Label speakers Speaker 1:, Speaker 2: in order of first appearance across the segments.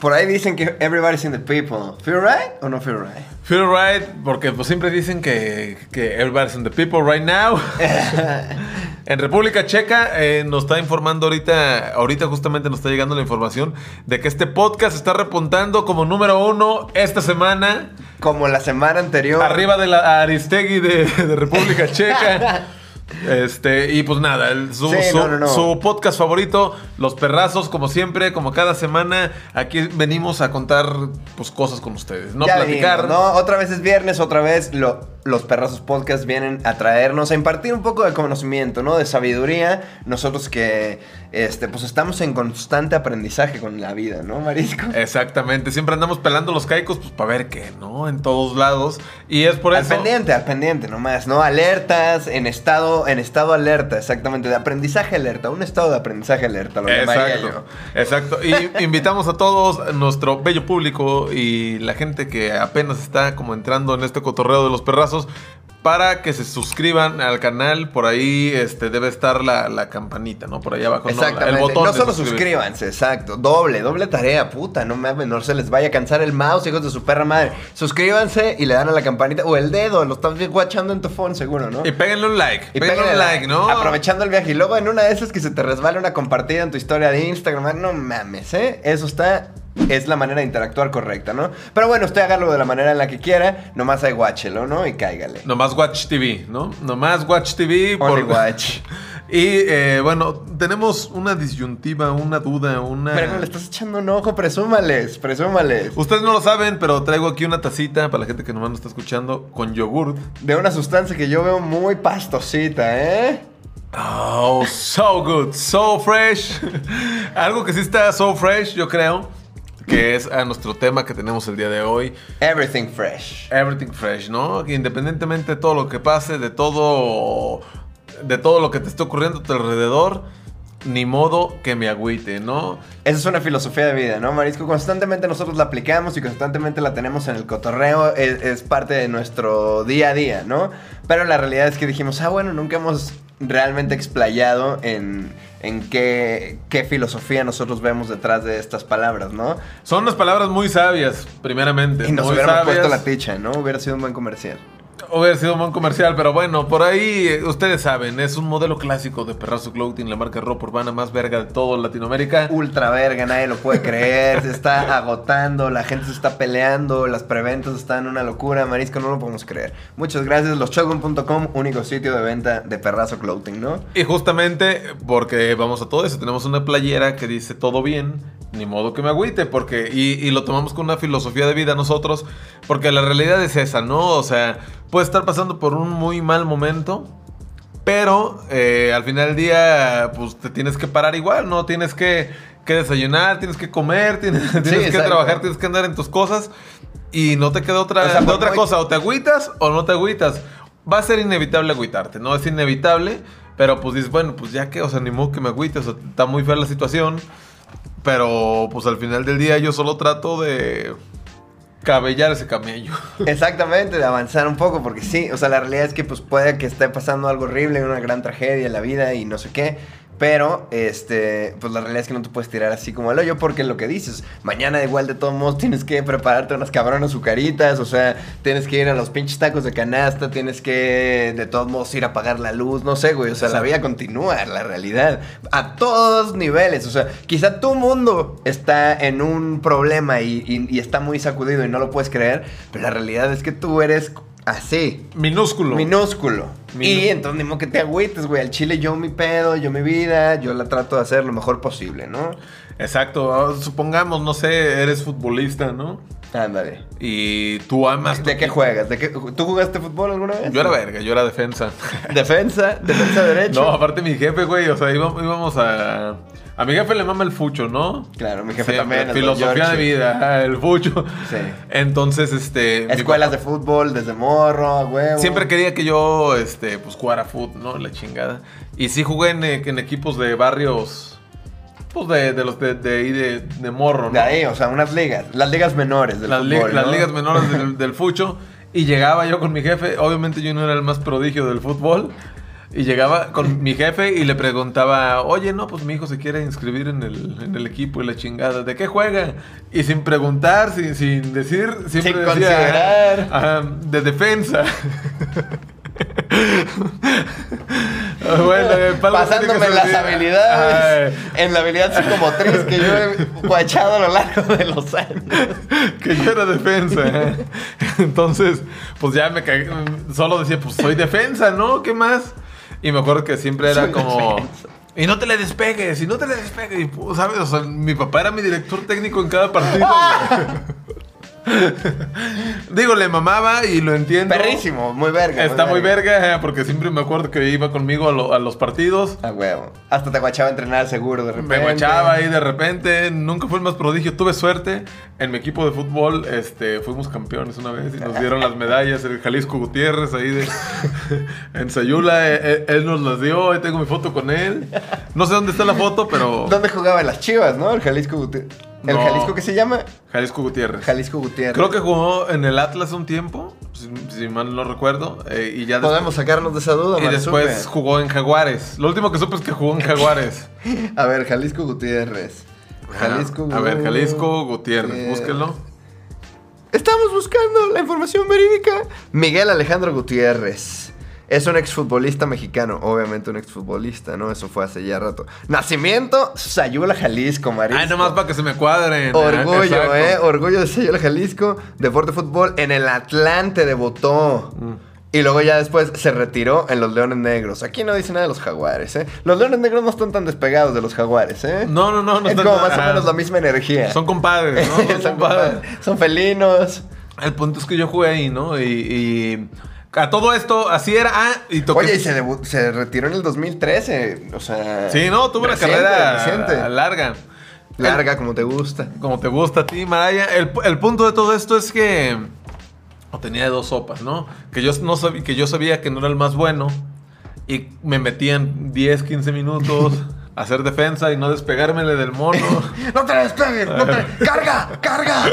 Speaker 1: Por ahí dicen que everybody's in the people. ¿Feel right o no feel right?
Speaker 2: Feel right, porque pues, siempre dicen que, que everybody's in the people right now. en República Checa eh, nos está informando ahorita, ahorita justamente nos está llegando la información de que este podcast está repuntando como número uno esta semana,
Speaker 1: Como la semana anterior.
Speaker 2: arriba de la Aristegui de, de República Checa. Este, y pues nada, el- su,
Speaker 1: Sí,
Speaker 2: su-
Speaker 1: no, no, no.
Speaker 2: su podcast favorito, Los Perrazos, como siempre, como cada semana, aquí venimos a contar pues cosas con ustedes, no
Speaker 1: Ya
Speaker 2: platicar.
Speaker 1: venimos, ¿no? Otra vez es viernes, otra vez lo- los perrazos podcast vienen a traernos, a impartir un poco de conocimiento, ¿no? De sabiduría. Nosotros que, este, pues estamos en constante aprendizaje con la vida, ¿no, Marisco?
Speaker 2: Exactamente, siempre andamos pelando los caicos, pues para ver qué, ¿no? En todos lados. Y es por
Speaker 1: al
Speaker 2: eso.
Speaker 1: pendiente, al pendiente nomás, ¿no? Alertas, en estado, en estado alerta, exactamente, de aprendizaje alerta, un estado de aprendizaje alerta, lo llamaría yo.
Speaker 2: Exacto, exacto. Y invitamos a todos, a nuestro bello público y la gente que apenas está como entrando en este cotorreo de los perrazos, para que se suscriban al canal. Por ahí este, debe estar la, la campanita, ¿no? Por ahí abajo. ¿no? La-
Speaker 1: Exactamente.
Speaker 2: el
Speaker 1: No,
Speaker 2: botón de
Speaker 1: solo
Speaker 2: suscribir.
Speaker 1: suscríbanse, exacto. Doble, doble tarea, puta. No mames, no se les vaya a cansar el mouse, hijos de su perra madre. Suscríbanse y le dan a la campanita. O el dedo, lo estás guachando en tu phone, seguro, ¿no?
Speaker 2: Y péguenle un like.
Speaker 1: Y
Speaker 2: péguenle
Speaker 1: pégale
Speaker 2: un like, ¿no?
Speaker 1: Aprovechando el viaje. Y luego en una de esas que se te resbale una compartida en tu historia de Instagram. ah, No mames, ¿eh? Eso está. Es la manera de interactuar correcta, ¿no? Pero bueno, usted hágalo de la manera en la que quiera. Nomás ahí guáchelo, ¿no? Y cáigale.
Speaker 2: Nomás Watch TV, ¿no? Nomás Watch TV.
Speaker 1: Only watch.
Speaker 2: Y eh, bueno, tenemos una disyuntiva, una duda, una...
Speaker 1: Pero no le estás echando un ojo, presúmales, presúmales.
Speaker 2: Ustedes no lo saben, pero traigo aquí una tacita para la gente que nomás no está escuchando con yogurt.
Speaker 1: De una sustancia que yo veo muy pastosita, ¿eh?
Speaker 2: Oh, so good, so fresh. Algo que sí está so fresh, yo creo, que es a nuestro tema que tenemos el día de hoy.
Speaker 1: Everything fresh.
Speaker 2: Everything fresh, ¿no? Que Independientemente de todo lo que pase, de todo, de todo lo que te esté ocurriendo a tu alrededor, ni modo que me agüite, ¿no?
Speaker 1: Esa es una filosofía de vida, ¿no, Marisco? Constantemente nosotros la aplicamos y constantemente la tenemos en el cotorreo, es, es parte de nuestro día a día, ¿no? Pero la realidad es que dijimos, ah, bueno, nunca hemos realmente explayado en, en qué, qué filosofía nosotros vemos detrás de estas palabras, ¿no?
Speaker 2: Son unas palabras muy sabias, primeramente.
Speaker 1: Y nos
Speaker 2: muy
Speaker 1: hubiéramos
Speaker 2: sabias.
Speaker 1: puesto la picha, ¿no? Hubiera sido un buen comercial.
Speaker 2: Hubiera sido un buen comercial, pero bueno, por ahí eh, ustedes saben, es un modelo clásico de Perrazo Clothing, la marca ropa urbana más verga de todo Latinoamérica.
Speaker 1: ultra verga, nadie lo puede creer, se está agotando, la gente se está peleando, las preventas están una locura, Marisco, no lo podemos creer. Muchas gracias, loschogun.com, único sitio de venta de perrazo clothing, ¿no?
Speaker 2: Y justamente porque vamos a todo eso, tenemos una playera que dice todo bien, ni modo que me agüite, porque y, y lo tomamos con una filosofía de vida nosotros, porque la realidad es esa, ¿no? O sea, puede estar pasando por un muy mal momento, pero eh, al final del día, pues te tienes que parar igual, ¿no? Tienes que, que desayunar, tienes que comer, tienes, tienes que
Speaker 1: exacto.
Speaker 2: trabajar, tienes que andar en tus cosas. Y no te queda otra,
Speaker 1: O sea, pues,
Speaker 2: de
Speaker 1: por
Speaker 2: otra
Speaker 1: muy-
Speaker 2: cosa, o te agüitas o no te agüitas. Va a ser inevitable agüitarte, ¿no? Es inevitable, pero pues dices, bueno, pues ya que, o sea, ni modo que me agüite, o sea, está muy fea la situación. Pero pues al final del día yo solo trato de cabellar ese camello.
Speaker 1: Exactamente, de avanzar un poco, porque sí, o sea, la realidad es que pues puede que esté pasando algo horrible, una gran tragedia en la vida y no sé qué. Pero, este, pues la realidad es que no te puedes tirar así como el hoyo porque lo que dices, mañana igual de todos modos tienes que prepararte unas cabronas azucaritas, o sea, tienes que ir a los pinches tacos de canasta, tienes que de todos modos ir a pagar la luz, no sé, güey, o sea, la vida continúa, la realidad, a todos niveles, o sea, quizá tu mundo está en un problema y, y- y está muy sacudido y no lo puedes creer, pero la realidad es que tú eres así,
Speaker 2: Minúsculo.
Speaker 1: Minúsculo.
Speaker 2: Minú-
Speaker 1: Y entonces ni modo que te agüites, güey. Al chile yo mi pedo, yo mi vida, yo la trato de hacer lo mejor posible, ¿no?
Speaker 2: Exacto. ah, Supongamos, no sé, eres futbolista, ¿no?
Speaker 1: Ándale.
Speaker 2: Y tú amas. tu
Speaker 1: ¿De qué
Speaker 2: equipo.
Speaker 1: juegas? ¿De qué- ¿Tú jugaste fútbol alguna vez?
Speaker 2: Yo era verga, yo era defensa.
Speaker 1: Defensa, defensa derecho.
Speaker 2: No, aparte mi jefe, güey, o sea, íbamos, íbamos a... A mi jefe le mama el fucho, ¿no?
Speaker 1: Claro, mi jefe
Speaker 2: Siempre,
Speaker 1: también. el
Speaker 2: Filosofía
Speaker 1: George.
Speaker 2: de vida, ajá, el fucho.
Speaker 1: Sí.
Speaker 2: Entonces, este... mi
Speaker 1: Escuelas de fútbol desde morro, a
Speaker 2: papá
Speaker 1: huevo.
Speaker 2: Siempre quería que yo, este, pues jugara fútbol, ¿no? La chingada. Y sí jugué en, eh, en equipos de barrios, pues de, de los de, de ahí de, de morro, ¿no?
Speaker 1: De ahí, o sea, unas ligas. Las ligas menores del
Speaker 2: las, li-
Speaker 1: fútbol,
Speaker 2: las
Speaker 1: ¿no?
Speaker 2: ligas menores del, del fucho. Y llegaba yo con mi jefe. Obviamente yo no era el más prodigio del fútbol. Y llegaba con mi jefe y le preguntaba, oye, no, pues mi hijo se quiere inscribir en el, en el equipo y la chingada, ¿de qué juega? Y sin preguntar, sin, sin decir, siempre
Speaker 1: Sin
Speaker 2: decía,
Speaker 1: considerar.
Speaker 2: "Ah, de defensa. Bueno, eh, Pablo
Speaker 1: Pasándome
Speaker 2: tiene que
Speaker 1: las
Speaker 2: servir.
Speaker 1: habilidades
Speaker 2: Ay,
Speaker 1: en la habilidad psicomotriz que yo he guachado a lo largo de los años.
Speaker 2: que yo era defensa. ¿eh? Entonces, pues ya me cagué. Solo decía, pues soy defensa, ¿no? ¿Qué más? Y me acuerdo que siempre era
Speaker 1: Soy
Speaker 2: como.
Speaker 1: defensa.
Speaker 2: Y no te le despegues, y no te le despegues. Y, pues, ¿Sabes? O sea, mi papá era mi director técnico en cada partido. güey. Digo, le mamaba y lo entiendo.
Speaker 1: Perrísimo, muy verga.
Speaker 2: Está muy verga, ¿eh? porque siempre me acuerdo que iba conmigo a, lo- a los partidos.
Speaker 1: A huevo. Hasta te guachaba a entrenar seguro de repente.
Speaker 2: Me guachaba ahí de repente, nunca fue el más prodigio, tuve suerte. En mi equipo de fútbol este, fuimos campeones una vez y nos dieron las medallas, el Jalisco Gutiérrez ahí de, en Sayula, eh, eh, él, nos las dio, ahí tengo mi foto con él. No sé dónde está la foto, pero
Speaker 1: ¿Dónde jugaba en las Chivas, no? El Jalisco Gutiérrez. ¿El
Speaker 2: No.
Speaker 1: Jalisco qué se llama?
Speaker 2: Jalisco Gutiérrez.
Speaker 1: Jalisco Gutiérrez.
Speaker 2: Creo que jugó en el Atlas un tiempo, si, si mal no recuerdo, eh, y ya después-
Speaker 1: podemos sacarnos de esa duda,
Speaker 2: y
Speaker 1: Marzupe.
Speaker 2: después jugó en Jaguares. Lo último que supe es que jugó en Jaguares.
Speaker 1: A ver, Jalisco Gutiérrez. Jalisco
Speaker 2: A ver, Jalisco Gutiérrez,
Speaker 1: Gutiérrez.
Speaker 2: búsquenlo.
Speaker 1: Estamos buscando la información verídica. Miguel Alejandro Gutiérrez. Es un exfutbolista mexicano, obviamente un exfutbolista, ¿no? Eso fue hace ya rato. Nacimiento, Sayula, Jalisco, María.
Speaker 2: Ay, nomás para que se me cuadren.
Speaker 1: Orgullo,
Speaker 2: Exacto.
Speaker 1: ¿eh? Orgullo de Sayula, Jalisco. Deporte fútbol en el Atlante debutó.
Speaker 2: Mm.
Speaker 1: Y luego ya después se retiró en los Leones Negros. Aquí no dice nada de los jaguares, ¿eh? Los Leones Negros no están tan despegados de los jaguares, ¿eh?
Speaker 2: No, no, no. no
Speaker 1: es
Speaker 2: están-
Speaker 1: como más o
Speaker 2: ah,
Speaker 1: menos la misma energía.
Speaker 2: Son compadres, ¿no? Son
Speaker 1: Son
Speaker 2: compadres.
Speaker 1: compadres. Son felinos.
Speaker 2: El punto es que yo jugué ahí, ¿no? Y, y a todo esto, así era. Ah, y toqué.
Speaker 1: Oye, y se, debu- se retiró en el 2013. O sea.
Speaker 2: Sí, no, tuve una
Speaker 1: reciente,
Speaker 2: carrera
Speaker 1: reciente.
Speaker 2: larga.
Speaker 1: Larga, como te gusta.
Speaker 2: Como te gusta a ti, Maraya. El, el punto de todo esto es que. O tenía de dos sopas, ¿no? Que yo, no sabía, que yo sabía que no era el más bueno. Y me metían 10, 15 minutos a hacer defensa y no despegármele del mono.
Speaker 1: ¡No te despegues! ¡No te... ¡Carga! ¡Carga!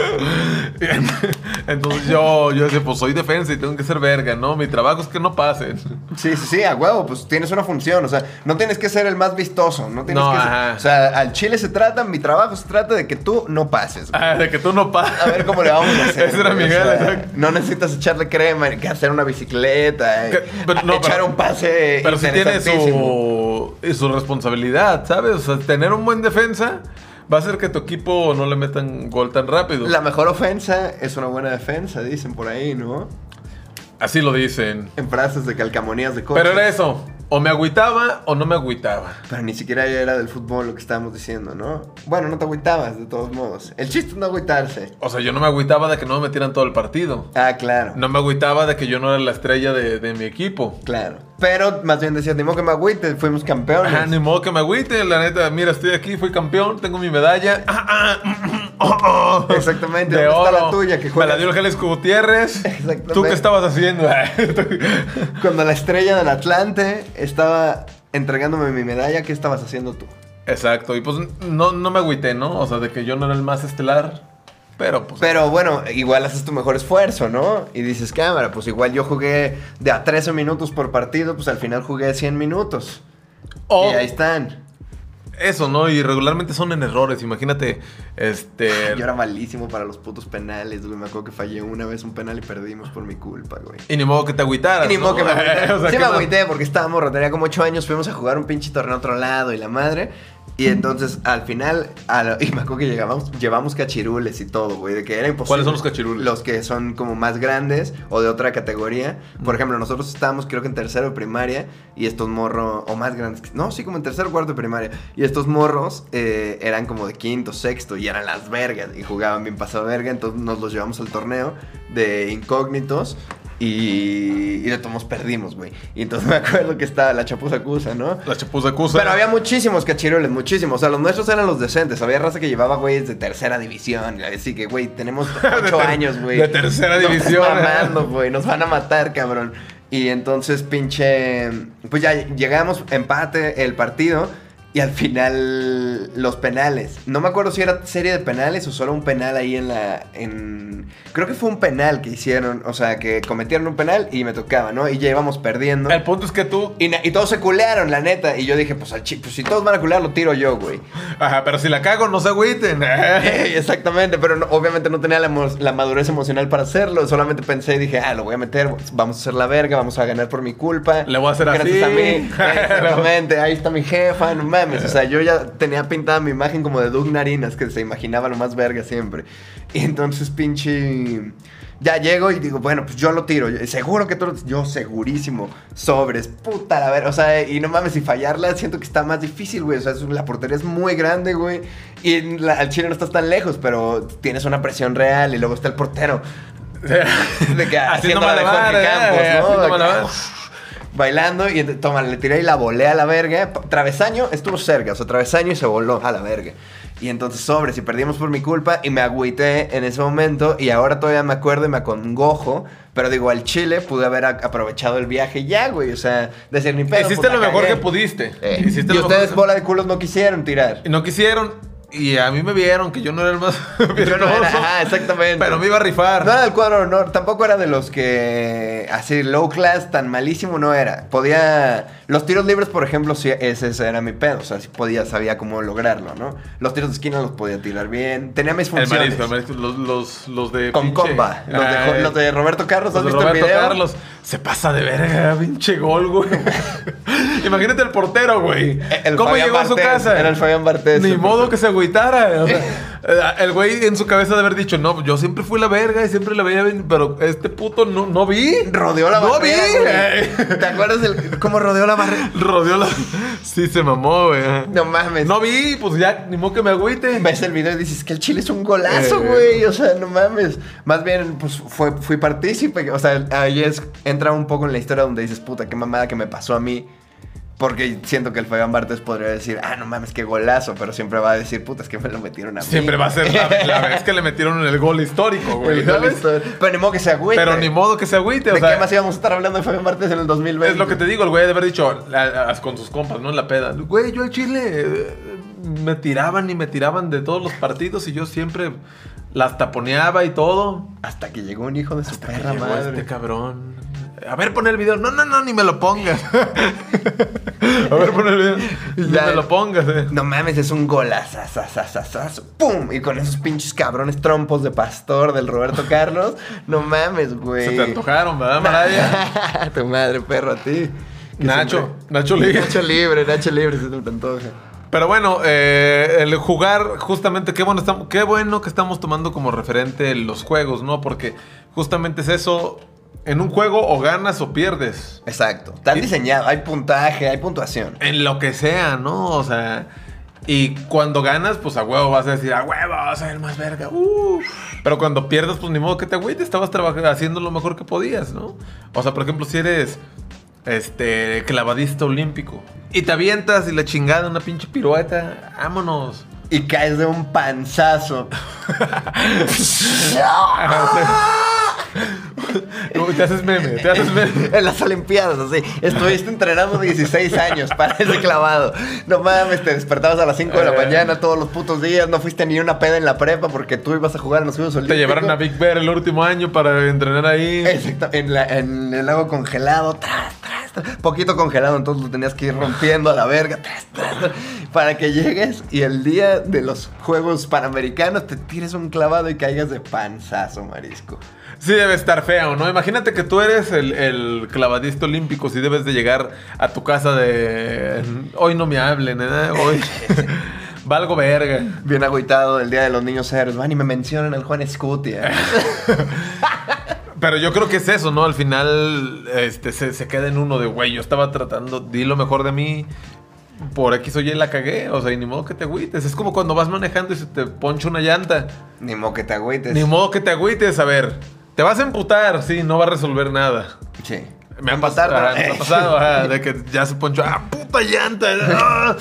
Speaker 2: Entonces yo, yo decía, pues soy defensa y tengo que ser verga, ¿no? Mi trabajo es que no pasen.
Speaker 1: Sí, sí, sí, a huevo, pues tienes una función, o sea, no tienes que ser el más vistoso, no tienes
Speaker 2: No,
Speaker 1: que ser-
Speaker 2: ajá.
Speaker 1: O sea, al chile se trata, mi trabajo se trata de que tú no pases. güey.
Speaker 2: Ah, de que tú no pases.
Speaker 1: A ver cómo le vamos a hacer.
Speaker 2: Ese era
Speaker 1: güey,
Speaker 2: Miguel,
Speaker 1: o sea,
Speaker 2: exacto.
Speaker 1: No necesitas echarle crema, que hacer una bicicleta, eh,
Speaker 2: Que- pero no,
Speaker 1: echar
Speaker 2: pero-
Speaker 1: un pase
Speaker 2: Pero sí tiene
Speaker 1: eh, interesantísimo.
Speaker 2: su, y su responsabilidad, ¿sabes? O sea, tener un buen defensa va a hacer que tu equipo no le metan gol tan rápido.
Speaker 1: La mejor ofensa es una buena defensa, dicen por ahí, ¿no?
Speaker 2: Así lo dicen.
Speaker 1: En frases de calcamonías de coche.
Speaker 2: Pero era eso. O me agüitaba o no me agüitaba.
Speaker 1: Pero ni siquiera era del fútbol lo que estábamos diciendo, ¿no? Bueno, no te agüitabas, de todos modos. El chiste es no agüitarse.
Speaker 2: O sea, yo no me agüitaba de que no me metieran todo el partido.
Speaker 1: Ah, claro.
Speaker 2: No me agüitaba de que yo no era la estrella de, de mi equipo.
Speaker 1: Claro. Pero más bien decías, ni modo que me agüite, fuimos campeones.
Speaker 2: Ajá, ni modo que me agüite, la neta, mira, estoy aquí, fui campeón, tengo mi medalla. Ah, ah, mm, mm, oh, oh.
Speaker 1: Exactamente,
Speaker 2: De
Speaker 1: ¿dónde está
Speaker 2: oro.
Speaker 1: la tuya que
Speaker 2: Me
Speaker 1: juegas?
Speaker 2: la dio el Jalisco Gutiérrez.
Speaker 1: Exactamente.
Speaker 2: ¿Tú qué estabas haciendo?
Speaker 1: Cuando la estrella del Atlante estaba entregándome mi medalla, ¿qué estabas haciendo tú?
Speaker 2: Exacto, y pues no, no me agüité, ¿no? O sea, de que yo no era el más estelar, pero pues...
Speaker 1: Pero bueno, igual haces tu mejor esfuerzo, ¿no? Y dices, cámara, pues igual yo jugué de a 13 minutos por partido, pues al final jugué 100 minutos.
Speaker 2: o
Speaker 1: Y ahí están.
Speaker 2: eso, ¿no? Y regularmente son en errores, imagínate, este...
Speaker 1: Yo era malísimo para los putos penales, güey. Me acuerdo que fallé una vez un penal y perdimos por mi culpa, güey.
Speaker 2: Y ni modo que te agüitaras.
Speaker 1: Y ni modo
Speaker 2: Ah, ¿no?
Speaker 1: que me agüité.
Speaker 2: O sea,
Speaker 1: sí
Speaker 2: ¿qué
Speaker 1: me
Speaker 2: más?
Speaker 1: agüité porque estaba morro, tenía como 8 años, fuimos a jugar un pinche torneo a otro lado y la madre. Y entonces al final, a lo- y me acuerdo que llegábamos, llevamos cachirules y todo, güey, de que era imposible.
Speaker 2: ¿Cuáles son los cachirules?
Speaker 1: Los que son como más grandes o de otra categoría. Por ejemplo, nosotros estábamos creo que en tercero de primaria y estos morros, o más grandes, que- no, sí, como en tercero o cuarto de primaria. Y estos morros eh, eran como de quinto, sexto y eran las vergas y jugaban bien pasado verga. Entonces nos los llevamos al torneo de incógnitos y, y de todos modos perdimos, güey. Y entonces me acuerdo que estaba la chapuza cusa, ¿no?
Speaker 2: La chapuza acusa.
Speaker 1: Pero había muchísimos cachirules, muchísimos. O sea, los nuestros eran los decentes. Había raza que llevaba güeyes de tercera división. Así que, güey, tenemos
Speaker 2: De
Speaker 1: ocho
Speaker 2: ter-
Speaker 1: años, güey.
Speaker 2: de tercera
Speaker 1: Nos
Speaker 2: división,
Speaker 1: estás
Speaker 2: ¿eh?
Speaker 1: mamando, güey. Nos van a matar, cabrón. Y entonces, pinche. Pues ya llegamos, empate el partido. Y al final, los penales. No me acuerdo si era serie de penales o solo un penal ahí en la. En... Creo que fue un penal que hicieron. O sea, que cometieron un penal y me tocaba, ¿no? Y ya íbamos perdiendo.
Speaker 2: El punto es que tú.
Speaker 1: Y, na- y todos se culearon, la neta. Y yo dije, pues, al chi- pues, si todos van a culear, lo tiro yo, güey.
Speaker 2: Ajá, pero si la cago, no se agüiten.
Speaker 1: Ey, Exactamo- Exactamente, pero no- obviamente no tenía la, emo- la madurez emocional para hacerlo. Solamente pensé y dije, ah, lo voy a meter, vamos a hacer la verga, vamos a ganar por mi culpa.
Speaker 2: Le voy a hacer
Speaker 1: Gracias
Speaker 2: así.
Speaker 1: a mí. Exactamente, ahí está mi jefa, no mames. O sea, yo ya tenía pintada mi imagen como de Doug Narinas, que se imaginaba lo más verga siempre. Y entonces, pinche. Ya llego y digo, bueno, pues yo lo tiro. Yo- Seguro que tú lo- Yo, segurísimo. Sobres, puta la verga. O sea, y no mames, y fallarla siento que está más difícil, güey. O sea, es- la portería es muy grande, güey. Y la- al chile no estás tan lejos, pero tienes una presión real y luego está el portero. De que haciendo eh, la de Jorge Campos, ¿no? De que, "Ah, bailando y ent- toma, le tiré y la volé a la verga. Pa- Travesaño estuvo cerca, o sea, travesaño y se voló a la verga. Y entonces sobres y perdimos por mi culpa y me agüité en ese momento y ahora todavía me acuerdo y me acongojo, pero digo, al Chile pude haber a- aprovechado el viaje ya, güey, o sea, decir ni pedo.
Speaker 2: Hiciste
Speaker 1: pues, la
Speaker 2: lo mejor
Speaker 1: cagué.
Speaker 2: que pudiste.
Speaker 1: Eh,
Speaker 2: Hiciste
Speaker 1: y
Speaker 2: lo
Speaker 1: ustedes
Speaker 2: mejor-
Speaker 1: bola de culos no quisieron tirar.
Speaker 2: Y No quisieron. Y a mí me vieron que yo no era el más
Speaker 1: Yo no era-
Speaker 2: virtuoso,
Speaker 1: ajá, exactamente.
Speaker 2: Pero me iba a rifar.
Speaker 1: No era del cuadro de honor, tampoco era de los que así low class tan malísimo no era. Podía los tiros libres, por ejemplo, sí, ese, ese era mi pedo, o sea, sí podía sabía cómo lograrlo, ¿no? Los tiros de esquina los podía tirar bien, tenía mis
Speaker 2: el
Speaker 1: funciones.
Speaker 2: marisco, el marisco, los, los, los de.
Speaker 1: con
Speaker 2: pinche-
Speaker 1: comba, los de,
Speaker 2: Ah,
Speaker 1: Jo- los de Roberto Carlos, ¿has
Speaker 2: Los de
Speaker 1: visto el
Speaker 2: Roberto
Speaker 1: video?
Speaker 2: Carlos se pasa de verga, pinche gol, güey. Imagínate el portero, güey.
Speaker 1: El
Speaker 2: ¿Cómo
Speaker 1: Fabián
Speaker 2: llegó a su
Speaker 1: Barthez,
Speaker 2: casa?
Speaker 1: Era el Fabián Bartés.
Speaker 2: Ni modo que se agüitara. o sea, eh, el güey en su cabeza de haber dicho, no, yo siempre fui la verga y siempre la veía bien, pero este puto no, no vi.
Speaker 1: rodeó la
Speaker 2: no
Speaker 1: barrera.
Speaker 2: vi.
Speaker 1: güey. ¿Te acuerdas del- cómo rodeó la barrera?
Speaker 2: Rodeó la... Sí, se mamó, güey.
Speaker 1: No mames.
Speaker 2: No vi, pues ya, ni modo que me agüite.
Speaker 1: ves el video y dices que el chile es un golazo,
Speaker 2: Eh.
Speaker 1: güey. O sea, no mames. Más bien, pues fue, fui partícipe. O sea, ahí es, entra un poco en la historia donde dices, puta, qué mamada que me pasó a mí. Porque siento que el Fabián Bartes podría decir, ah, no mames, qué golazo. Pero siempre va a decir, puta, es que me lo metieron a mí.
Speaker 2: Siempre va a ser la, la vez que le metieron el gol histórico, güey.
Speaker 1: El gol
Speaker 2: ¿sabes?
Speaker 1: es todo. Pero ni modo que se agüite.
Speaker 2: Pero ni modo que se agüite,
Speaker 1: ¿De
Speaker 2: o sea.
Speaker 1: qué más íbamos a estar hablando de Fabián Bartes en el 2020?
Speaker 2: Es lo que te digo, el güey de haber dicho la- la- con sus compas, ¿no? En la peda. Güey, yo al Chile eh, me tiraban y me tiraban de todos los partidos y yo siempre las taponeaba y todo.
Speaker 1: Hasta que llegó un hijo de su perra
Speaker 2: Llegó
Speaker 1: madre.
Speaker 2: este cabrón. A ver, pon el video. No, no, no, ni me lo pongas. A ver, pon el video. Ni
Speaker 1: Ya.
Speaker 2: me lo pongas, eh.
Speaker 1: No mames, es un golazazazazazazo. ¡Pum! Y con esos pinches cabrones trompos de pastor del Roberto Carlos. No mames, güey.
Speaker 2: Se te antojaron, ¿verdad, Maraya?
Speaker 1: tu madre, perro, a ti. Que
Speaker 2: Nacho,
Speaker 1: siempre-
Speaker 2: Nacho Liga.
Speaker 1: Nacho libre, Nacho libre, se te antoja.
Speaker 2: Pero bueno, eh, el jugar, justamente, qué bueno, estamos, qué bueno que estamos tomando como referente los juegos, ¿no? Porque justamente es eso. En un juego o ganas o pierdes.
Speaker 1: Exacto. Están diseñado, hay puntaje, hay puntuación.
Speaker 2: En lo que sea, ¿no? O sea. Y cuando ganas, pues a huevo vas a decir, a huevo, vas a ser el más verga. uh". Pero cuando pierdes, pues ni modo que te agüites, estabas trabajando, haciendo lo mejor que podías, ¿no? O sea, por ejemplo, si eres este clavadista olímpico y te avientas y la chingada, una pinche pirueta, vámonos.
Speaker 1: Y caes de un panzazo. ¡Ah!
Speaker 2: Uy, te haces meme, te haces meme.
Speaker 1: En las Olimpiadas, así. Estuviste entrenando 16 años para ese clavado. No mames, te despertabas a las 5 de la
Speaker 2: Eh.
Speaker 1: mañana todos los putos días. No fuiste ni una peda en la prepa porque tú ibas a jugar en los Juegos
Speaker 2: Te
Speaker 1: Olímpicos.
Speaker 2: llevaron a Big Bear el último año para entrenar ahí.
Speaker 1: Exacto, en, la- en el lago congelado, tras, tras, tras. Poquito congelado, entonces lo tenías que ir rompiendo a la verga, tras, tras, tras, para que llegues y el día de los Juegos Panamericanos te tires un clavado y caigas de panzazo, marisco.
Speaker 2: Sí debe estar feo, ¿no? Imagínate que tú eres el, el clavadista olímpico, si debes de llegar a tu casa de... Hoy no me hablen, ¿eh? Hoy valgo verga.
Speaker 1: Bien agüitado el día de los niños héroes. Van y me mencionan al Juan Escutia.
Speaker 2: Pero yo creo que es eso, ¿no? Al final este, se, se queda en uno de, güey, yo estaba tratando, di lo mejor de mí. Por X o Y la cagué, o sea, y ni modo que te agüites. Es como cuando vas manejando y se te poncha una llanta.
Speaker 1: Ni mo que te agüites.
Speaker 2: Ni modo que te agüites, a ver. Te vas a emputar, sí, no va a resolver nada.
Speaker 1: Sí.
Speaker 2: Me ha
Speaker 1: Empatar,
Speaker 2: pasado,
Speaker 1: ¿no?
Speaker 2: ajá, me ha pasado ajá, de que ya se ponchó. ¡Ah, puta llanta! ¡Ah,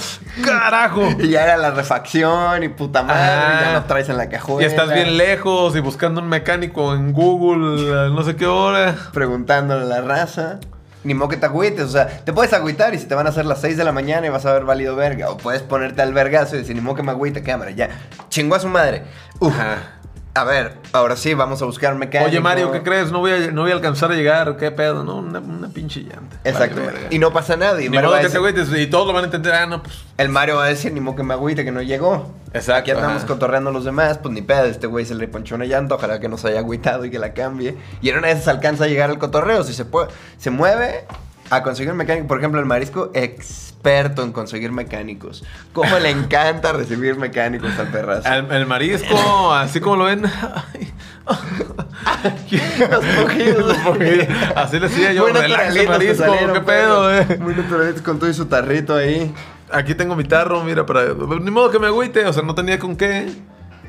Speaker 2: ¡Carajo!
Speaker 1: Y ya era la refacción y puta madre,
Speaker 2: Ah.
Speaker 1: ya no traes en la cajuela.
Speaker 2: Y estás bien lejos y buscando un mecánico en Google a no sé qué hora.
Speaker 1: Preguntándole a la raza. ni modo que te agüites. O sea, te puedes agüitar y si te van a hacer las 6 de la mañana y vas a haber valido verga. O puedes ponerte al vergazo y decir, ni modo que me agüite, cámara, ya. Chingó a su madre. Uf.
Speaker 2: Ajá.
Speaker 1: A ver, ahora sí, vamos a buscar mecánico.
Speaker 2: Oye, Mario, ¿qué crees? No voy, a, no voy a alcanzar a llegar. ¿Qué pedo? No, una, una pinche llanta.
Speaker 1: Exacto.
Speaker 2: Vale, verga.
Speaker 1: y no pasa nada. Y
Speaker 2: Ni
Speaker 1: Mario
Speaker 2: modo
Speaker 1: va a
Speaker 2: que te
Speaker 1: decir-
Speaker 2: agüites, Y todos lo van a entender. Ah, no, pues.
Speaker 1: el Mario va a decir, ni modo que me agüite, que no llegó.
Speaker 2: Exacto,
Speaker 1: Aquí andamos
Speaker 2: ajá.
Speaker 1: cotorreando a los demás, pues ni pedo. Este güey se le ponchó una llanta, ojalá que nos haya agüitado y que la cambie. Y en una de esas alcanza a llegar al cotorreo. Si se, puede, se mueve a conseguir mecánico, por ejemplo, el marisco, experto en conseguir mecánicos. ¿Cómo le encanta recibir mecánicos al perrazo?
Speaker 2: El, el marisco, así como lo ven. Ay.
Speaker 1: Los pujidos.
Speaker 2: Los pujidos. Así le decía yo.
Speaker 1: Muy
Speaker 2: Relax,
Speaker 1: naturalitos te
Speaker 2: marisco,
Speaker 1: salieron, pues".
Speaker 2: qué pedo,
Speaker 1: Pedro.
Speaker 2: eh.
Speaker 1: Muy naturalitos con todo y su tarrito ahí.
Speaker 2: Aquí tengo mi tarro, mira, para. Ni modo que me agüite, o sea, no tenía con qué.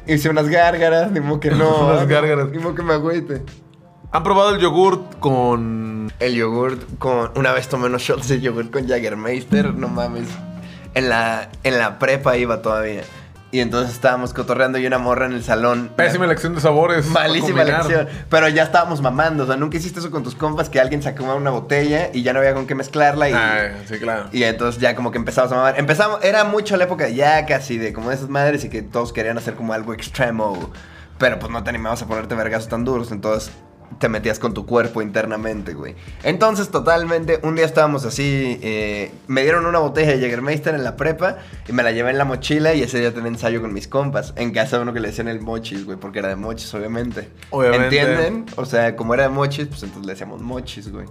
Speaker 1: Hice unas gárgaras, ni modo que no.
Speaker 2: Unas gárgaras.
Speaker 1: Ni modo que me agüite.
Speaker 2: ¿Han probado el yogurt con.
Speaker 1: El yogurt con. Una vez tomé unos shots de yogurt con Jagermeister, no mames. En la, en la prepa iba todavía. Y entonces estábamos cotorreando y una morra en el salón.
Speaker 2: Pésima elección de sabores. para
Speaker 1: Malísima
Speaker 2: combinar.
Speaker 1: elección. Pero ya estábamos mamando. O sea, nunca hiciste eso con tus compas que alguien sacó una botella y ya no había con qué mezclarla. Y,
Speaker 2: Ay, sí, claro.
Speaker 1: y entonces ya como que empezamos a mamar. Empezamos, era mucho la época de ya casi de como de esas madres y que todos querían hacer como algo extremo. Pero pues no te animabas a ponerte vergazos tan duros. Entonces te metías con tu cuerpo internamente, güey. Entonces totalmente, un día estábamos así. eh, me dieron una botella de Jägermeister en la prepa y me la llevé en la mochila y ese día tenía ensayo con mis compas. En casa uno que le decían el mochis, güey, porque era de mochis, obviamente.
Speaker 2: Obviamente.
Speaker 1: ¿Entienden? O sea, como era de mochis, pues entonces le decíamos mochis, güey.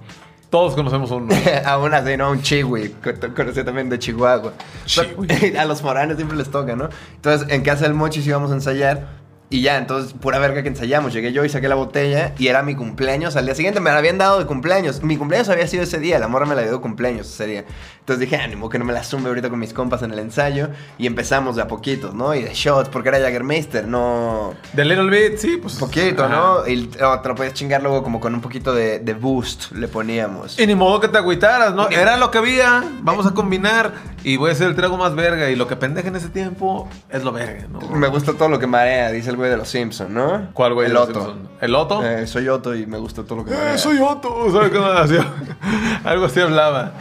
Speaker 2: Todos conocemos uno.
Speaker 1: Aún así, ¿no? Un chiwi, conocí también de Chihuahua.
Speaker 2: Chiwi.
Speaker 1: A los foráneos siempre les toca, ¿no? Entonces, en casa del Mochis íbamos a ensayar. Y ya, entonces, pura verga que ensayamos. Llegué yo y saqué la botella. Y era mi cumpleaños. Al día siguiente me la habían dado de cumpleaños. Mi cumpleaños había sido ese día. La morra me la dio de cumpleaños ese día. Entonces dije, ánimo que no me la sume ahorita con mis compas en el ensayo. Y empezamos de a poquitos, ¿no? Y de shots, porque era Jagermeister, no.
Speaker 2: De Little Bit, sí, pues.
Speaker 1: Poquito,
Speaker 2: ajá.
Speaker 1: ¿no? Y oh, te lo podías chingar luego como con un poquito de, de boost, le poníamos.
Speaker 2: Y ni modo que te agüitaras, ¿no?
Speaker 1: Ni-
Speaker 2: Era lo que había, vamos a combinar y voy a hacer el trago más verga. Y lo que pendeja en ese tiempo es lo verga, ¿no?
Speaker 1: Me gusta todo lo que marea, dice el güey de los Simpsons, ¿no?
Speaker 2: ¿Cuál, güey?
Speaker 1: El
Speaker 2: de los
Speaker 1: Otto.
Speaker 2: Simpson? ¿El Otto?
Speaker 1: Eh, soy Otto y me gusta todo lo que marea.
Speaker 2: Eh, soy Otto, ¿sabes cómo hacía? Algo así hablaba.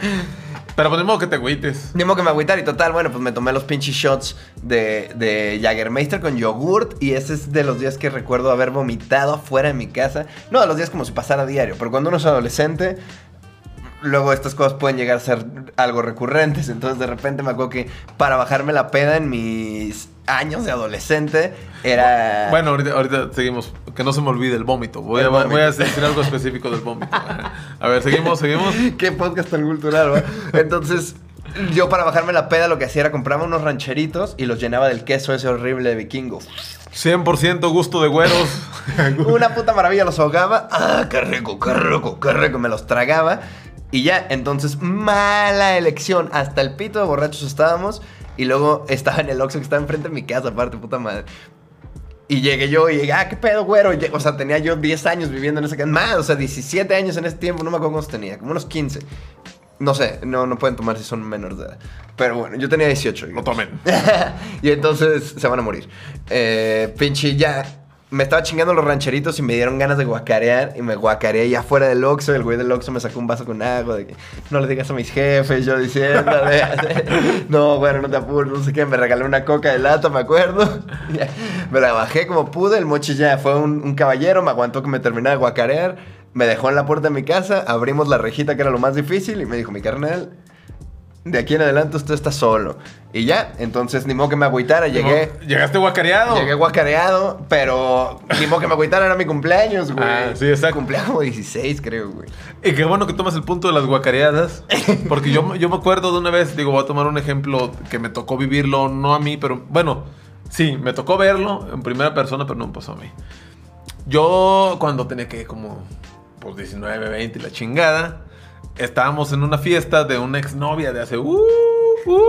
Speaker 2: Pero pues, ni modo que te agüites.
Speaker 1: Ni modo que me agüitar y total, bueno, pues me tomé los pinches shots de, de Jagermeister con yogurt y ese es de los días que recuerdo haber vomitado afuera de mi casa. No, de los días como si pasara diario, pero cuando uno es adolescente, luego estas cosas pueden llegar a ser algo recurrentes. Entonces de repente me acuerdo que para bajarme la peda en mis años de adolescente era...
Speaker 2: Bueno, ahorita, ahorita seguimos. Que no se me olvide el vómito. Voy,
Speaker 1: El
Speaker 2: a, voy a
Speaker 1: vómito.
Speaker 2: decir algo específico del vómito. A ver, seguimos, seguimos.
Speaker 1: Qué podcast tan cultural, ¿va? Entonces, yo para bajarme la peda lo que hacía era compraba unos rancheritos y los llenaba del queso ese horrible de vikingo.
Speaker 2: 100% gusto de güeros.
Speaker 1: Una puta maravilla, los ahogaba. ¡Ah, qué rico, qué rico, qué rico! Me los tragaba. Y ya, entonces, mala elección. Hasta el pito de borrachos estábamos. Y luego estaba en el Oxxo que estaba enfrente de mi casa, aparte, puta madre. Y llegué yo y llegué, ah, qué pedo, güero. Lle- O sea, tenía yo 10 años viviendo en esa casa. Más, o sea, 17 años en ese tiempo. No me acuerdo cuántos tenía, como unos 15. No sé, no, no pueden tomar si son menores de edad. Pero bueno, yo tenía 18.
Speaker 2: No
Speaker 1: digamos.
Speaker 2: tomen.
Speaker 1: y entonces se van a morir. Eh, pinche, ya. Me estaba chingando los rancheritos y me dieron ganas de guacarear. Y me guacareé ya fuera del Oxxo. El güey del Oxxo me sacó un vaso con agua. De que no le digas a mis jefes. Yo diciendo, de- no, bueno, no te apures. No sé qué. Me regalé una coca de lata, me acuerdo. Ya, me la bajé como pude. El mochi ya fue un, un caballero. Me aguantó que me terminara de guacarear. Me dejó en la puerta de mi casa. Abrimos la rejita, que era lo más difícil. Y me dijo, mi carnal, de aquí en adelante usted está solo. Y ya, entonces ni modo que me agüitara, llegué.
Speaker 2: Llegaste guacareado.
Speaker 1: Llegué guacareado, pero ni modo que me agüitara, era mi cumpleaños, güey.
Speaker 2: Ah, sí, exacto.
Speaker 1: Cumplía como 16, creo, güey.
Speaker 2: Y qué bueno que tomas el punto de las guacareadas. Porque yo, yo me acuerdo de una vez, digo, voy a tomar un ejemplo que me tocó vivirlo, no a mí, pero bueno, sí, me tocó verlo en primera persona, pero no me pasó a mí. Yo, cuando tenía que como pues, 19, 20 y la chingada, estábamos en una fiesta de una exnovia de hace. uh, uh,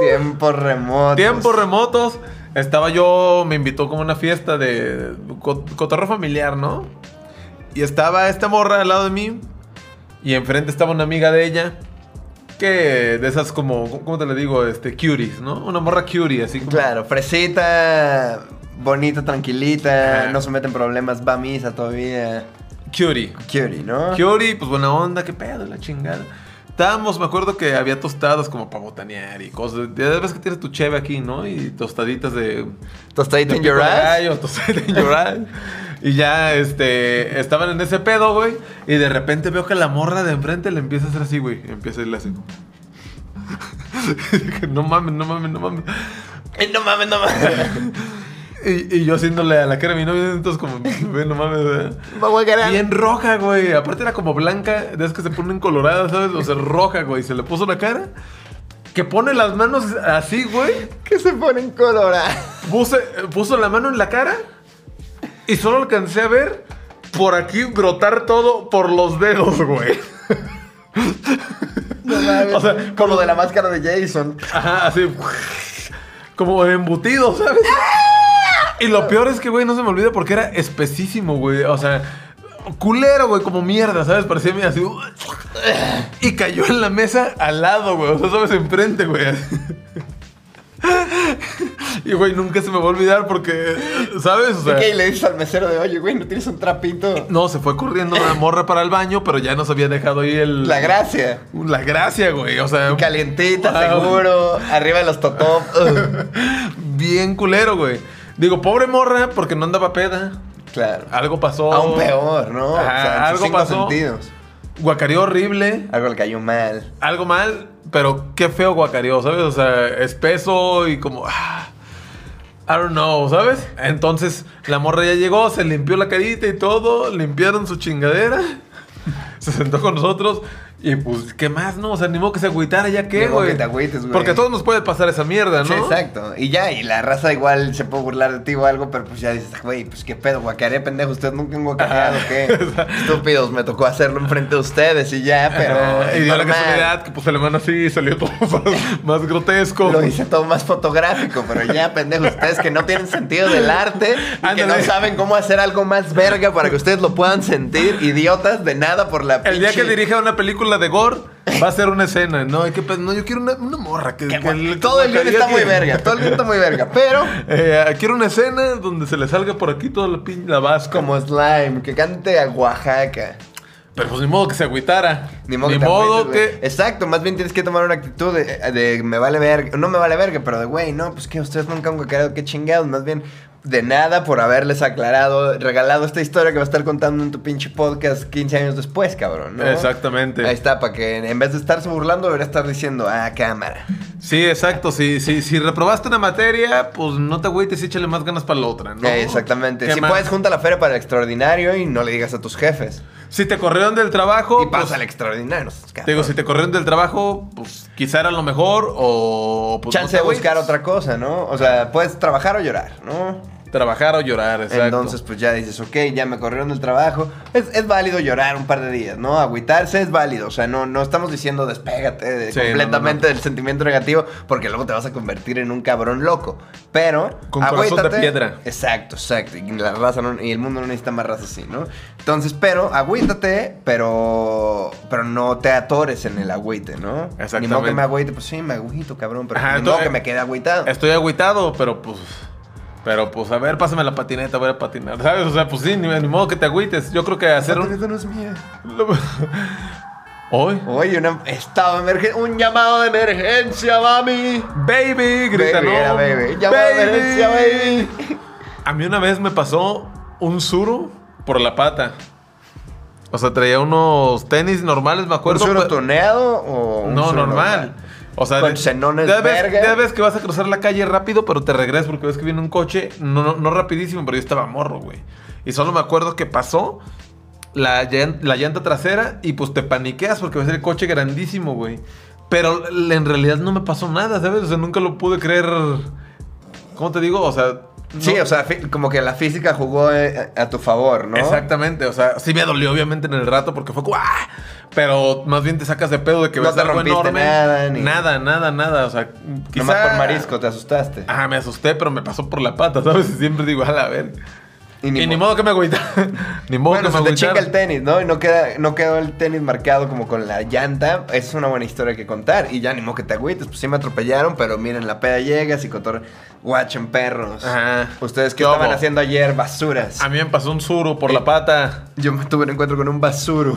Speaker 1: Tiempos remotos.
Speaker 2: Tiempos remotos. Estaba yo, me invitó como a una fiesta de co- cotorreo familiar, ¿no? Y estaba esta morra al lado de mí. Y enfrente estaba una amiga de ella. Que de esas como, ¿cómo te le digo? Este, cuties, ¿no? Una morra cutie, así como.
Speaker 1: Claro, fresita, bonita, tranquilita,
Speaker 2: Ajá.
Speaker 1: no se mete en problemas, va a misa todavía.
Speaker 2: Curie.
Speaker 1: Curie, ¿no?
Speaker 2: Curie, pues buena onda, qué pedo, la chingada. Estábamos, me acuerdo que había tostadas como para botanear y cosas. Ya ves que tienes tu cheve aquí, ¿no? Y tostaditas de.
Speaker 1: Tostadita
Speaker 2: de
Speaker 1: en your
Speaker 2: pico de
Speaker 1: ass.
Speaker 2: gallo, tostadita en your ass. Y ya, este. Estaban en ese pedo, güey. Y de repente veo que la morra de enfrente le empieza a hacer así, güey. Empieza a irle así. Dije, no mames, no mames, no mames.
Speaker 1: Ay, no mames, no mames.
Speaker 2: Y, y yo haciéndole a la cara a mi novia, entonces como, güey, no mames. ¿verdad?
Speaker 1: Vamos a ganar.
Speaker 2: Bien roja, güey. Aparte era como blanca. De esas que se ponen coloradas, ¿sabes? O sea, roja, güey. Se le puso la cara. Que pone las manos así, güey.
Speaker 1: Que se ponen coloradas.
Speaker 2: Puse, puso la mano en la cara. Y solo alcancé a ver por aquí brotar todo por los dedos, güey.
Speaker 1: No mames.
Speaker 2: O sea,
Speaker 1: como lo de la máscara de Jason.
Speaker 2: Ajá, así. Como embutido, ¿sabes? Y lo peor es que, güey, no se me olvida porque era espesísimo, güey. O sea, culero, güey, como mierda, ¿sabes? Parecía medio así. Y cayó en la mesa al lado, güey. O sea, ¿sabes? Enfrente, güey. así. Y, güey, nunca se me va a olvidar porque, ¿sabes? O sea,
Speaker 1: Ok, le dices al mesero de, oye, güey, ¿no tienes un trapito?
Speaker 2: no, se fue corriendo una morra para el baño, pero ya nos había dejado ahí el...
Speaker 1: La gracia.
Speaker 2: La gracia, güey. O sea...
Speaker 1: Calientita,
Speaker 2: wow.
Speaker 1: seguro.
Speaker 2: ah.
Speaker 1: Arriba de los totop.
Speaker 2: Bien culero, güey. Digo, pobre morra, porque no andaba peda.
Speaker 1: claro.
Speaker 2: Algo pasó.
Speaker 1: Aún peor, ¿no?
Speaker 2: Ajá,
Speaker 1: en sus
Speaker 2: Oh. Ah, algo pasó.
Speaker 1: sentidos.
Speaker 2: Guacareó horrible.
Speaker 1: Algo le cayó mal.
Speaker 2: Algo mal, pero qué feo guacareó, ¿sabes? O sea, espeso y como. ah, I don't know, ¿sabes? Entonces la morra ya llegó, se limpió la carita y todo, limpiaron su chingadera, se sentó con nosotros y pues, ¿qué más, no? O sea, ni modo que se agüitara, ¿ya
Speaker 1: Ni
Speaker 2: qué,
Speaker 1: modo
Speaker 2: güey?
Speaker 1: que te agüites, güey.
Speaker 2: Porque a todos nos puede pasar esa mierda, ¿no?
Speaker 1: Sí, exacto. Y ya, y la raza igual se puede burlar de ti o algo, pero pues ya dices, güey, pues qué pedo, guacaré, pendejo, usted nunca han guacareado,
Speaker 2: Ajá.
Speaker 1: ¿qué? Estúpidos, me tocó hacerlo enfrente de ustedes y ya, pero.
Speaker 2: Ajá,
Speaker 1: es
Speaker 2: y dio la
Speaker 1: normal.
Speaker 2: casualidad que pues el hermano así salió todo más, más grotesco.
Speaker 1: Lo hice todo más fotográfico, pero ya, pendejo, ustedes que no tienen sentido del arte y que no
Speaker 2: Ándale.
Speaker 1: saben cómo hacer algo más verga para que ustedes lo puedan sentir, idiotas de nada por la
Speaker 2: El día que
Speaker 1: pinche-
Speaker 2: dirija una película de gore va a ser una escena, ¿no? Hay que pe- no, yo quiero una, una morra que,
Speaker 1: que
Speaker 2: que
Speaker 1: guac-
Speaker 2: que
Speaker 1: todo el guión
Speaker 2: guacaría
Speaker 1: está muy
Speaker 2: tiene.
Speaker 1: verga, todo el guión está muy verga, pero
Speaker 2: Eh, quiero una escena donde se le salga por aquí toda la pin- la vasca.
Speaker 1: como slime, que cante a Oaxaca.
Speaker 2: Pero pues ni modo que se agüitara.
Speaker 1: Ni modo, que, te agüites, güey. Exacto, más bien tienes que tomar una actitud de, de me vale verga, no me vale verga, pero de güey, no, pues que ustedes nunca han guacareado, qué chingados, más bien de nada por haberles aclarado, regalado esta historia que va a estar contando en tu pinche podcast 15 años después, cabrón, ¿no?
Speaker 2: Exactamente.
Speaker 1: Ahí está, para que en vez de estarse burlando, debería estar diciendo, ah, cámara.
Speaker 2: Sí, exacto. Si, si, si reprobaste una materia, pues no te agüites y échale más ganas para la otra, ¿no?
Speaker 1: Eh, exactamente.
Speaker 2: ¿Qué
Speaker 1: Si
Speaker 2: más?
Speaker 1: puedes, junta la feria para el extraordinario y no le digas a tus jefes.
Speaker 2: Si te corrieron del trabajo.
Speaker 1: Y
Speaker 2: pues,
Speaker 1: pasa al extraordinario. no seas
Speaker 2: Te
Speaker 1: cabrón.
Speaker 2: digo, si te corrieron del trabajo, pues quizá era lo mejor o... Pues,
Speaker 1: Chance
Speaker 2: no
Speaker 1: de
Speaker 2: te
Speaker 1: buscar
Speaker 2: agüites.
Speaker 1: otra cosa, ¿no? O sea, puedes trabajar o llorar, ¿no?
Speaker 2: Trabajar o llorar, exacto.
Speaker 1: Entonces, pues ya dices, ok, ya me corrieron del trabajo. Es, es válido llorar un par de días, ¿no? Agüitarse es válido. O sea, no, no estamos diciendo despégate de-
Speaker 2: Sí,
Speaker 1: completamente
Speaker 2: no, no, no.
Speaker 1: del sentimiento negativo, porque luego te vas a convertir en un cabrón loco. Pero,
Speaker 2: Con corazón de piedra.
Speaker 1: Exacto, exacto. Y, la raza no- y el mundo no necesita más raza así, ¿no? Entonces, pero, agüítate, pero, pero no te atores en el agüite, ¿no? Ni modo que
Speaker 2: Exactamente.
Speaker 1: me agüite, pues sí, me agüito, cabrón, pero
Speaker 2: Ajá,
Speaker 1: ni modo
Speaker 2: entonces-
Speaker 1: que me quede agüitado.
Speaker 2: Estoy agüitado, pero pues... Pero pues, a ver, pásame la patineta, voy a patinar. ¿Sabes? O sea, pues sí, ni, ni modo que te agüites. Yo creo que hacer un...
Speaker 1: no es mía.
Speaker 2: Hoy...
Speaker 1: Oye, una, estaba emergen- un llamado de emergencia, mami.
Speaker 2: Baby, grita,
Speaker 1: Baby,
Speaker 2: no.
Speaker 1: era baby. Llamado de emergencia, baby.
Speaker 2: A mí una vez me pasó un suru por la pata. O sea, traía unos tenis normales, me
Speaker 1: ¿Un
Speaker 2: acuerdo.
Speaker 1: suro
Speaker 2: pero-
Speaker 1: tuneado o un
Speaker 2: No,
Speaker 1: suro
Speaker 2: normal. O sea,
Speaker 1: Con
Speaker 2: de-
Speaker 1: xenones
Speaker 2: ya ves,
Speaker 1: verga.
Speaker 2: ya ves que vas a cruzar la calle rápido, pero te regresas porque ves que viene un coche. No, no, no rapidísimo, pero yo estaba morro, güey. Y solo me acuerdo que pasó la, llan- la llanta trasera y pues te paniqueas porque ves el coche grandísimo, güey. Pero l- en realidad no me pasó nada, ¿sabes? O sea, nunca lo pude creer. ¿Cómo te digo? O sea. no-
Speaker 1: Sí, o sea, fi- como que la física jugó eh, a tu favor, ¿no?
Speaker 2: Exactamente, o sea, sí me dolió obviamente en el rato porque fue como ¡ah! Pero más bien te sacas de pedo de que
Speaker 1: No
Speaker 2: ves
Speaker 1: te
Speaker 2: algo
Speaker 1: rompiste
Speaker 2: enorme.
Speaker 1: nada, ni-
Speaker 2: Nada, nada, nada, o sea, quizá Ah,
Speaker 1: Nomás por marisco, te asustaste.
Speaker 2: Ajá, me asusté, pero me pasó por la pata, ¿sabes? Y Siempre digo, a la ver.
Speaker 1: Y ni
Speaker 2: y ni
Speaker 1: modo.
Speaker 2: modo que me agüita. ni modo
Speaker 1: Bueno,
Speaker 2: que me
Speaker 1: se te chinga
Speaker 2: agüita.
Speaker 1: el tenis, ¿no? Y no, queda, no quedó el tenis marcado como con la llanta. Es una buena historia que contar. Y ya ni modo que te agüites. Pues sí me atropellaron, pero miren, la peda llega, psicotor. Watchen perros.
Speaker 2: Ajá.
Speaker 1: Ustedes, ¿qué
Speaker 2: Yo
Speaker 1: estaban
Speaker 2: amo.
Speaker 1: haciendo ayer? Basuras.
Speaker 2: A mí me pasó un suru por la pata.
Speaker 1: Yo me tuve un encuentro con un basuro.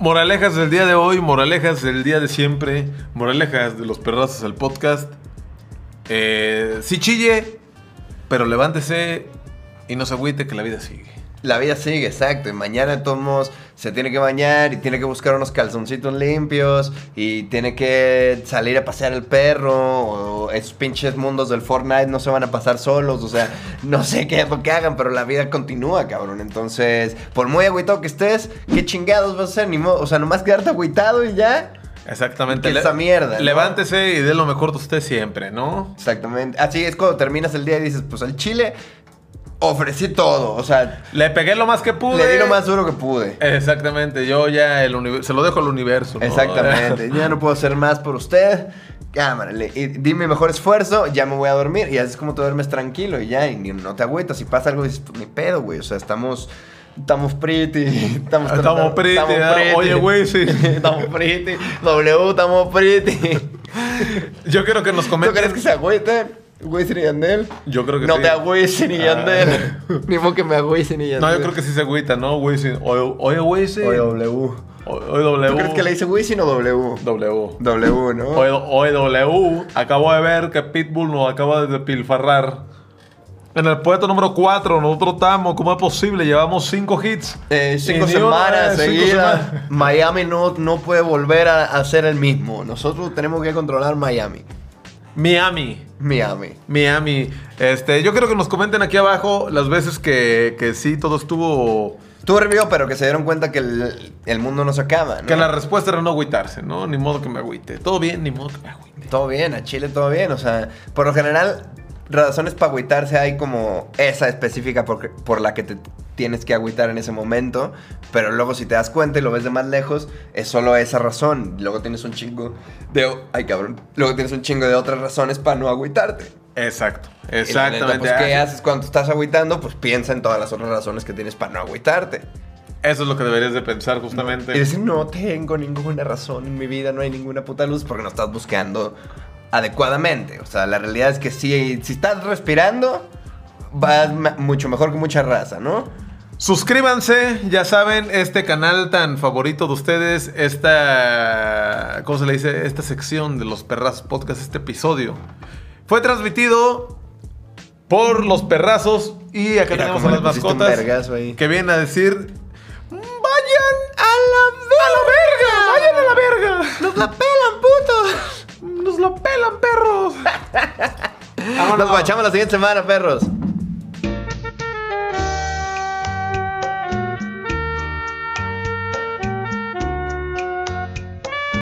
Speaker 2: Moralejas del día de hoy, moralejas del día de siempre, moralejas de los perrazos del podcast. Eh, sí chille, pero levántese y no se agüite que la vida sigue.
Speaker 1: La vida sigue, exacto. Y mañana de todos modos, se tiene que bañar y tiene que buscar unos calzoncitos limpios y tiene que salir a pasear el perro. O esos pinches mundos del Fortnite no se van a pasar solos. O sea, no sé qué es lo que hagan, pero la vida continúa, cabrón. Entonces, por muy agüitado que estés, qué chingados vas a hacer. Ni modo, o sea, nomás quedarte agüitado y ya.
Speaker 2: Exactamente.
Speaker 1: Que esa mierda, ¿no?
Speaker 2: Levántese y dé lo mejor de usted siempre, ¿no?
Speaker 1: Exactamente. Así es cuando terminas el día y dices, pues al chile ofrecí todo. O sea,
Speaker 2: Le pegué lo más que pude.
Speaker 1: le di lo más duro que pude.
Speaker 2: Exactamente, yo ya el universo, se lo dejo al universo. ¿no?
Speaker 1: Exactamente. ya no puedo hacer más por usted. Cámara, le- y di mi mejor esfuerzo, ya me voy a dormir. Y así es como te duermes tranquilo y ya, y ni- no te agüitas. Si pasa algo, dices, pues ni pedo, güey. O sea, estamos. Estamos pretty. Estamos,
Speaker 2: Estamos pretty, ¿verdad? Oye, güey, sí.
Speaker 1: estamos pretty. W, estamos pretty.
Speaker 2: yo quiero que nos
Speaker 1: ¿Tú
Speaker 2: comenten.
Speaker 1: crees que se agüite? Wisin y Yandel.
Speaker 2: Yo creo que
Speaker 1: No
Speaker 2: sí.
Speaker 1: te agüisen y
Speaker 2: Ah.
Speaker 1: Yandel. Ni modo que me agüisen y Yandel.
Speaker 2: No, yo creo que sí se agüita, ¿no? Güey, sí. Oye, oye, güey, sí.
Speaker 1: Oye, W.
Speaker 2: O- oye, W.
Speaker 1: ¿Tú crees que le dice Wisin o W?
Speaker 2: W.
Speaker 1: W, ¿no?
Speaker 2: Oye, oye, E W, acabo de ver que Pitbull nos acaba de despilfarrar. En el puesto número 4, nosotros estamos, ¿cómo es posible? Llevamos 5 hits.
Speaker 1: Eh, cinco
Speaker 2: Y ni una,
Speaker 1: semanas
Speaker 2: eh, cinco
Speaker 1: seguidas.
Speaker 2: semanas.
Speaker 1: Miami no, no puede volver a, a ser el mismo. Nosotros tenemos que controlar Miami.
Speaker 2: Miami.
Speaker 1: Miami.
Speaker 2: Miami. Este, yo quiero que nos comenten aquí abajo las veces que, que sí todo estuvo.
Speaker 1: Turbio, pero que se dieron cuenta que el, el mundo no se acaba, ¿no?
Speaker 2: Que la respuesta era no agüitarse, ¿no? Ni modo que me agüite. Todo bien, ni modo que me agüite.
Speaker 1: Todo bien, a Chile todo bien. O sea, por lo general, razones para agüitarse hay como esa específica por, por la que te tienes que agüitar en ese momento. Pero luego si te das cuenta y lo ves de más lejos, es solo esa razón. Luego tienes un chingo de... Ay, cabrón. Luego tienes un chingo de otras razones para no agüitarte.
Speaker 2: Exacto,
Speaker 1: Y la neta,
Speaker 2: exactamente.
Speaker 1: Pues, ¿Qué
Speaker 2: Ah,
Speaker 1: haces cuando estás agüitando? Pues piensa en todas las otras razones que tienes para no agüitarte.
Speaker 2: Eso es lo que deberías de pensar justamente.
Speaker 1: Y decir, no tengo ninguna razón en mi vida, no hay ninguna puta luz porque no estás buscando adecuadamente. O sea, la realidad es que si, si estás respirando, vas ma- mucho mejor que mucha raza, ¿no?
Speaker 2: Suscríbanse, ya saben, este canal tan favorito de ustedes, esta. ¿Cómo se le dice? Esta sección de los Perrazos Podcast, este episodio. Fue transmitido por los perrazos y acá
Speaker 1: Mira
Speaker 2: tenemos
Speaker 1: cómo
Speaker 2: a
Speaker 1: le
Speaker 2: las
Speaker 1: pusiste un
Speaker 2: mascotas
Speaker 1: vergazo ahí.
Speaker 2: que vienen a decir: ¡Vayan a la, a la verga! ¡Vayan a la verga! ¡Nos la pelan, putos! ¡Nos la pelan, perros! Ah,
Speaker 1: Nos guachamos la siguiente semana, perros.